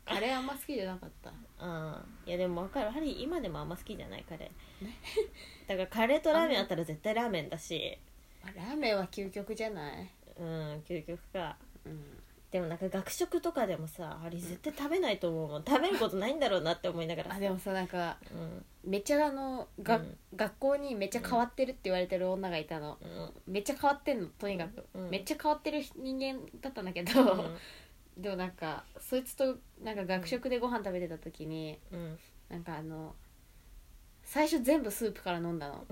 S3: カレーあんま好きじゃなかった
S2: うんいやでも分かるハリー今でもあんま好きじゃないカレーだからカレーとラーメンあったら絶対ラーメンだし
S3: まあラーメンは究極じゃない、
S2: うん究極か
S3: うん、
S2: でもなんか学食とかでもさあれ絶対食べないと思うもん食べることないんだろうなって思いながら
S3: あ
S2: さ
S3: でもさなんか
S2: うん
S3: めっちゃあのが、
S2: うん
S3: 学校にめっちゃ変わってるって言われてる女がいたの、
S2: うん
S3: めっちゃ変わってんのとにかく、
S2: うん
S3: めっちゃ変わってる人間だったんだけど、でもなんかそいつとなんか学食でご飯食べてた時に、
S2: うん
S3: なんかあの最初全部スープから飲 んだの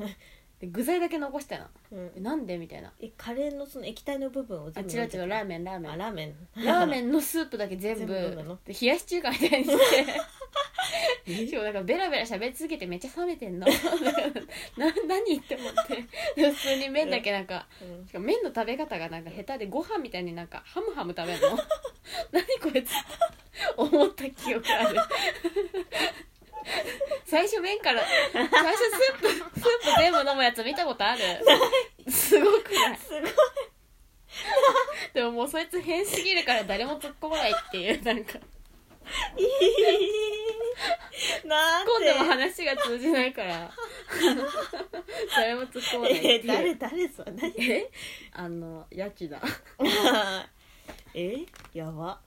S3: で具材だけ残したの
S2: うん
S3: えなんでみたいな
S2: えカレーのその液体の部分を
S3: あ
S2: 全部
S3: 違う違うラー
S2: ー
S3: メンラーメ
S2: あ
S3: ン
S2: ラーメン
S3: ラー メ
S2: ン
S3: ンのスープだけ全
S2: 全
S3: 部
S2: 部飲んだの
S3: で冷やし中華みたいに してしかもなんかベラベラ喋り続けてめっちゃ冷めてんの な 何って思って で普通に麺だけなんかしかも麺の食べ方がなんか下手でご飯みたいになんかハムハム食 べるの何こいつ思った記憶ある最初麺から最初スープスープ全部飲むやつ見たことあるすごくない
S2: すごい
S3: でももうそいつ変すぎるから誰も突っ込まないっていうなんか
S2: なん
S3: 今
S2: で
S3: 度も話が通じないから 誰も突っ込まないってい
S2: え
S3: う
S2: 誰誰そんなに
S3: えあのヤチだ
S2: えやば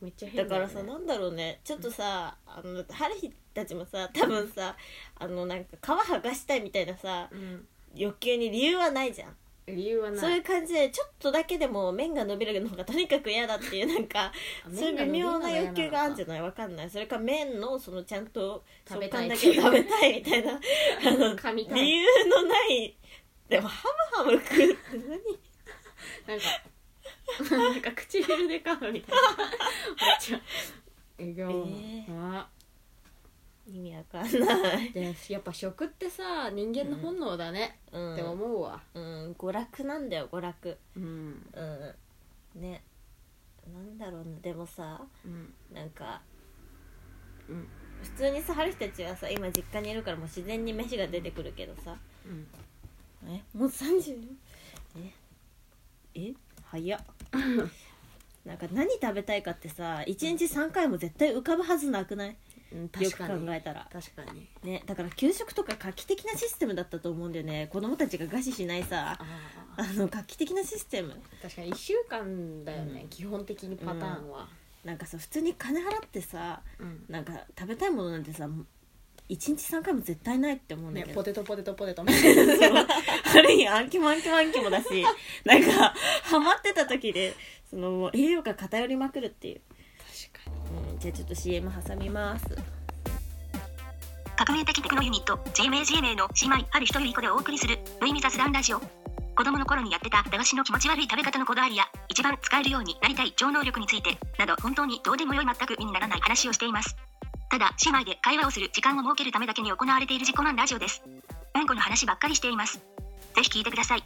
S3: めっちゃ変
S2: だ
S3: だ
S2: か
S3: よ
S2: ら
S3: ね
S2: さなんだろうねちょっとさあのハリヒたちもさ多分さあのなんか皮剥がしたいみたいなさ
S3: うん
S2: 欲求に理由はないじゃん
S3: 理由はない
S2: そういう感じでちょっとだけでも麺が伸びるのがとにかく嫌だっていうなんかそういう微妙な欲求があるんじゃないわかんないそれか麺のそのちゃんと
S3: 食
S2: 食
S3: べ
S2: べ
S3: た
S2: た
S3: い
S2: だけ食べたいみたいなあの
S3: 噛みたい
S2: 理由のないでもハムハム食うって
S3: なんかなんか唇で噛むみたいなめっちゃ えぐ
S2: え
S3: いあ
S2: 何意味わかん ない、
S3: でやっぱ食ってさ人間の本能だね、
S2: うん、
S3: って思うわ
S2: うん娯楽なんだよ娯楽
S3: うん、
S2: うんねなんだろうなでもさ
S3: うん
S2: なんか
S3: うん
S2: 普通にさ春日たちはさ今実家にいるからもう自然に飯が出てくるけどさ
S3: うん、
S2: えもう30ええ早 っなんか何食べたいかってさ1日3回も絶対浮かぶはずなくない
S3: うん
S2: よ
S3: 確
S2: く
S3: か
S2: 考
S3: に
S2: えたら、
S3: 確かに
S2: ね、だから給食とか画期的なシステムだったと思うんだよね子供たちが餓死しないさ
S3: あ
S2: あの画期的なシステム
S3: ー確かに1週間だよね、基本的にパターンは、
S2: なんかさ普通に金払ってさ
S3: うん
S2: なんか食べたいものなんてさ1日3回も絶対ないって思うんだ
S3: ね
S2: けど、
S3: ポテトポテトポテトみたい な
S2: ある意味暗記も暗記も暗記もだしなんかハマってた時でそのもう栄養価偏りまくるっていう、
S3: 確かに
S2: うん、じゃあちょっと CM 挟みます
S1: 革命的テクノユニット JMAGMA の姉妹ある人ゆい子でお送りする無意味雑談ラジオ子供の頃にやってた駄菓子の気持ち悪い食べ方のこだわりや一番使えるようになりたい超能力についてなど本当にどうでもよい全く身にならない話をしていますただ姉妹で会話をする時間を設けるためだけに行われている自己満ラジオですうんこの話ばっかりしていますぜひ聞いてください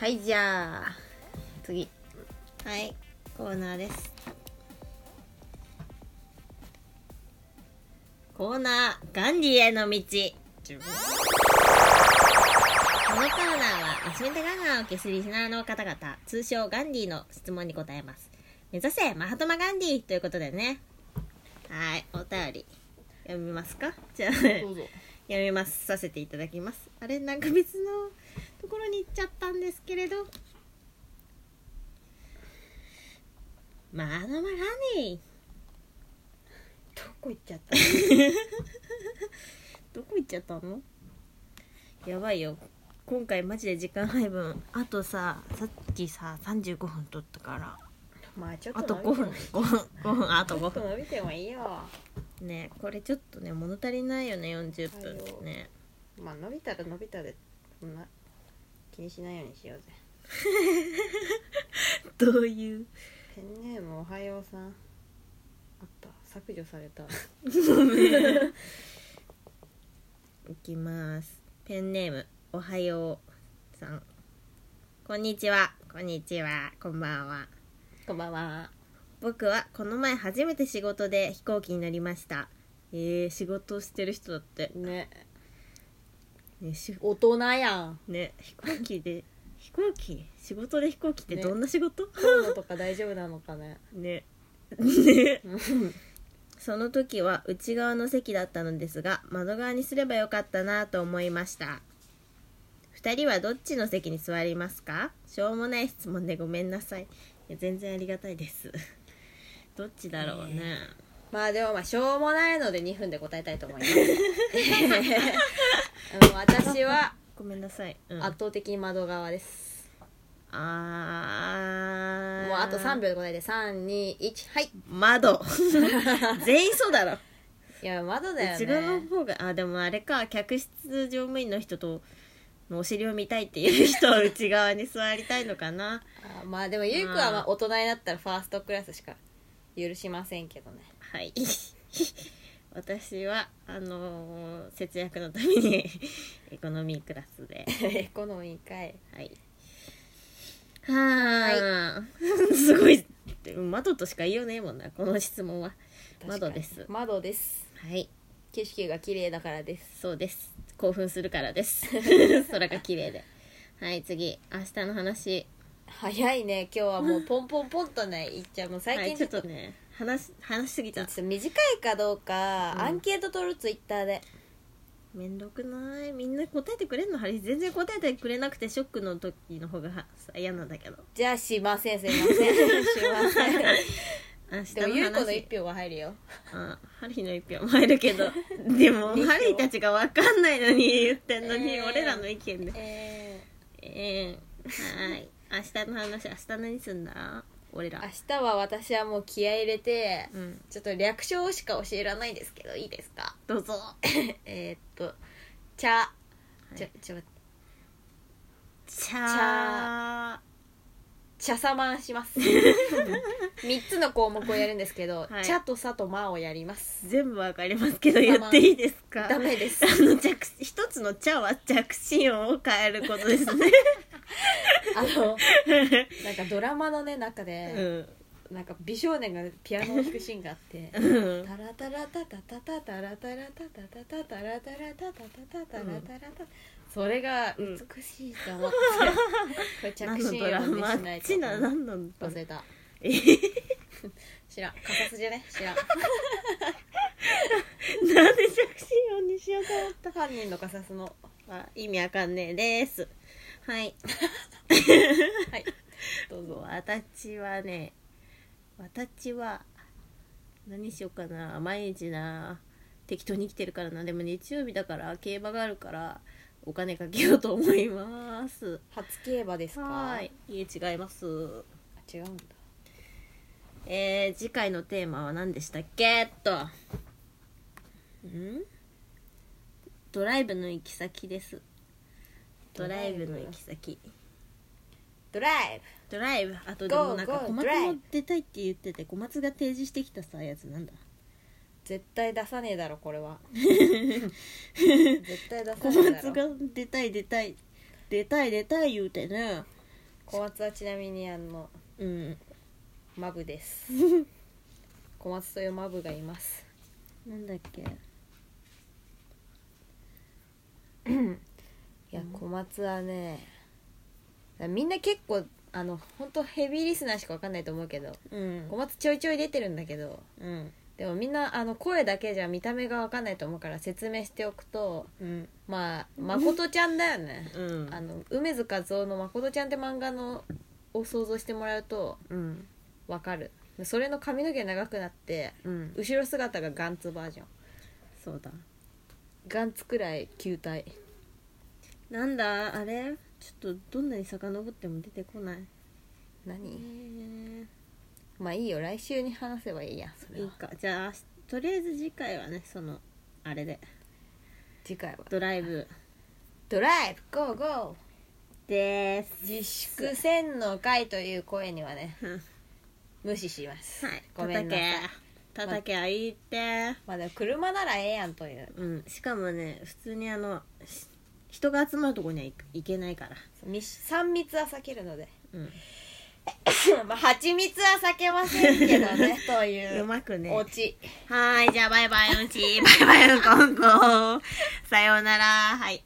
S2: はいじゃあ次はいコーナーですコーナー「ガンディへの道」このコーナーは足元ガンガンを消すリスナーの方々通称ガンディの質問に答えます目指せマハトマガンディということでねはいお便り読みますかじゃあ
S3: どうぞ
S2: 読みますさせていただきますあれなんか別のところに行っちゃったんですけれどまああのまラニー
S3: どこ行っちゃった
S2: どこ行っちゃったのやばいよ今回マジで時間配分あとささっきさ35分取ったから
S3: まあちょっ
S2: あ
S3: と
S2: と5分5分5分あと5
S3: ちょっ
S2: 分
S3: と伸びてもいいよ
S2: ねこれちょっとね物足りないよね40分ってね
S3: まあ伸びたら伸びたでそんな気にしないようにしようぜ
S2: どういう
S3: ペンネームおはようさんあった削除された
S2: いきますペンネームおはようさんこんにちはこんにちはこんばんは
S3: こんばんは
S2: 僕はこの前初めて仕事で飛行機に乗りましたえー、仕事をしてる人だって
S3: ね
S2: ねし
S3: 大人やん
S2: ね飛行機で飛行機仕事で飛行機ってどんな仕事
S3: コンロとか大丈夫なのかね
S2: ねね その時は内側の席だったのですが窓側にすればよかったなと思いました2人はどっちの席に座りますかしょうもない質問でごめんなさいいや全然ありがたいです どっちだろうね、
S3: まあでもまあしょうもないので2分で答えたいと思います あの私は
S2: ごめんなさい、うん、
S3: 圧倒的に窓側です
S2: あー
S3: もうあと3秒で答えて321はい
S2: 窓 全員そうだろ
S3: いや窓だよ
S2: 内側の
S3: ね
S2: 方があでもあれか客室乗務員の人とのお尻を見たいっていう人は内側に座りたいのかな
S3: あまあでもゆいくんはまあ大人になったらファーストクラスしか許しませんけどね
S2: はい 私はあのー節約のためにエコノミークラスで
S3: エコノミーかい
S2: はいはー いすごい窓としか言いようねえもんなこの質問は窓です
S3: 窓です
S2: はい
S3: 景色が綺麗だからです
S2: そうです興奮するからです 空が綺麗ではい次明日の話
S3: 早いね今日はもうポンポンポンとねいっちゃうもう
S2: は
S3: 最
S2: い、
S3: 近
S2: ち
S3: ち
S2: ょ
S3: ょ
S2: っと
S3: っと
S2: ね話し話しすぎ
S3: ちょ
S2: た
S3: っと短いかどうか、
S2: うん
S3: アンケート取るツイッターで
S2: めんどくないみんな答えてくれんのハリー全然答えてくれなくてショックの時の方がは嫌なんだけど
S3: じゃあしませんすいません しま せん
S2: 明日
S3: でもゆ
S2: の
S3: い子の
S2: 話
S3: 一票は入るよ
S2: あハリーの一票も入る けどでも
S3: 二票
S2: ハリーたちが分かんないのに言ってんのに、
S3: えー
S2: 俺らの意見で
S3: え
S2: ええー、はい明日の話明日何すんだ俺
S3: ー
S2: ら
S3: 明日は私はもう気合い入れて、
S2: うん
S3: ちょっと略称しか教えらないですけどいいですか
S2: どうぞ
S3: えーっと茶、ゃ
S2: い
S3: ちょちょ待って
S2: チャー
S3: 茶さまします三つの項目をやるんですけど、
S2: はい
S3: 茶とさとまをやります
S2: 全部わかりますけど言っていいですか
S3: ダメです
S2: あの着一つの「茶」は着信音を変えることですね。
S3: あのなんかドラマのね中で、
S2: うん、
S3: なんか美少年がピアノを弾くシーンがあって
S2: うん
S3: タラタラタタタタタラタラタタタタタラタラタタタタタラタラタそれが美しいと思って、これ
S2: 何
S3: 着
S2: の
S3: 信
S2: ドラ
S3: 音に
S2: マあ
S3: し
S2: っ
S3: ないと
S2: ちな何のドラ
S3: 忘
S2: マ
S3: れた
S2: えへへ
S3: 知らんカサスじゃね知らん
S2: なんで着信音にしようと思っ
S3: 犯人のカサスの
S2: たあ意味わかんねえですはい
S3: はいどうぞ
S2: 私はね私は何しようかな毎日な適当に生きてるからなでも日曜日だから競馬があるからお金かけようと思います
S3: 初競馬ですか
S2: はーいいえ違います
S3: あ違うんだ
S2: えー、次回のテーマは何でしたっけっと
S3: うん
S2: ドライブの行き先ですドライブの行き先
S3: ドライブ
S2: ドライブあとでもなんか
S3: Go, go,
S2: 小松
S3: drive
S2: も出たいって言ってて小松が提示してきたさやつなんだ
S3: 絶対出さねえだろこれは絶対出
S2: 小
S3: さねえだ
S2: 松
S3: ろ
S2: が出たい出たい出たい出たい言うてね
S3: 小松はちなみにあの
S2: うん
S3: マブです小松というマブがいます
S2: なんだっけ
S3: いや小松はねみんな結構あの本当ヘビーリスナーしか分かんないと思うけど
S2: うん
S3: 小松ちょいちょい出てるんだけど
S2: うん
S3: でもみんなあの声だけじゃ見た目が分かんないと思うから説明しておくと
S2: うん
S3: まあ誠ちゃんだよね
S2: うん
S3: あの梅津和夫の「誠ちゃん」って漫画のを想像してもらうと
S2: うん
S3: 分かるそれの髪の毛長くなって
S2: うん
S3: 後ろ姿がガンツバージョン
S2: そうだ
S3: ガンツくらい球体
S2: なんだあれちょっとどんなに遡っても出てこないえ
S3: 何
S2: ー
S3: まあいいよ来週に話せばいいやそれ
S2: いい
S3: は
S2: かじゃあとりあえず次回はねそのあれで
S3: 次回は
S2: ドライブ
S3: ドライブゴーゴー
S2: です
S3: 自粛せんのかいという声にはね
S2: うん
S3: 無視します
S2: はい
S3: ごめんなさい
S2: 叩け叩けあいいって
S3: まあでも車ならええやんという
S2: うんしかもね普通にあのし人が集まるとこには行く行けないから
S3: 密三密は避けるので
S2: うん
S3: まあ蜂蜜は避けませんけど ねというう
S2: まくね
S3: オチ
S2: はーいじゃあバイバイうんちバイバイうんこうんこさようならはい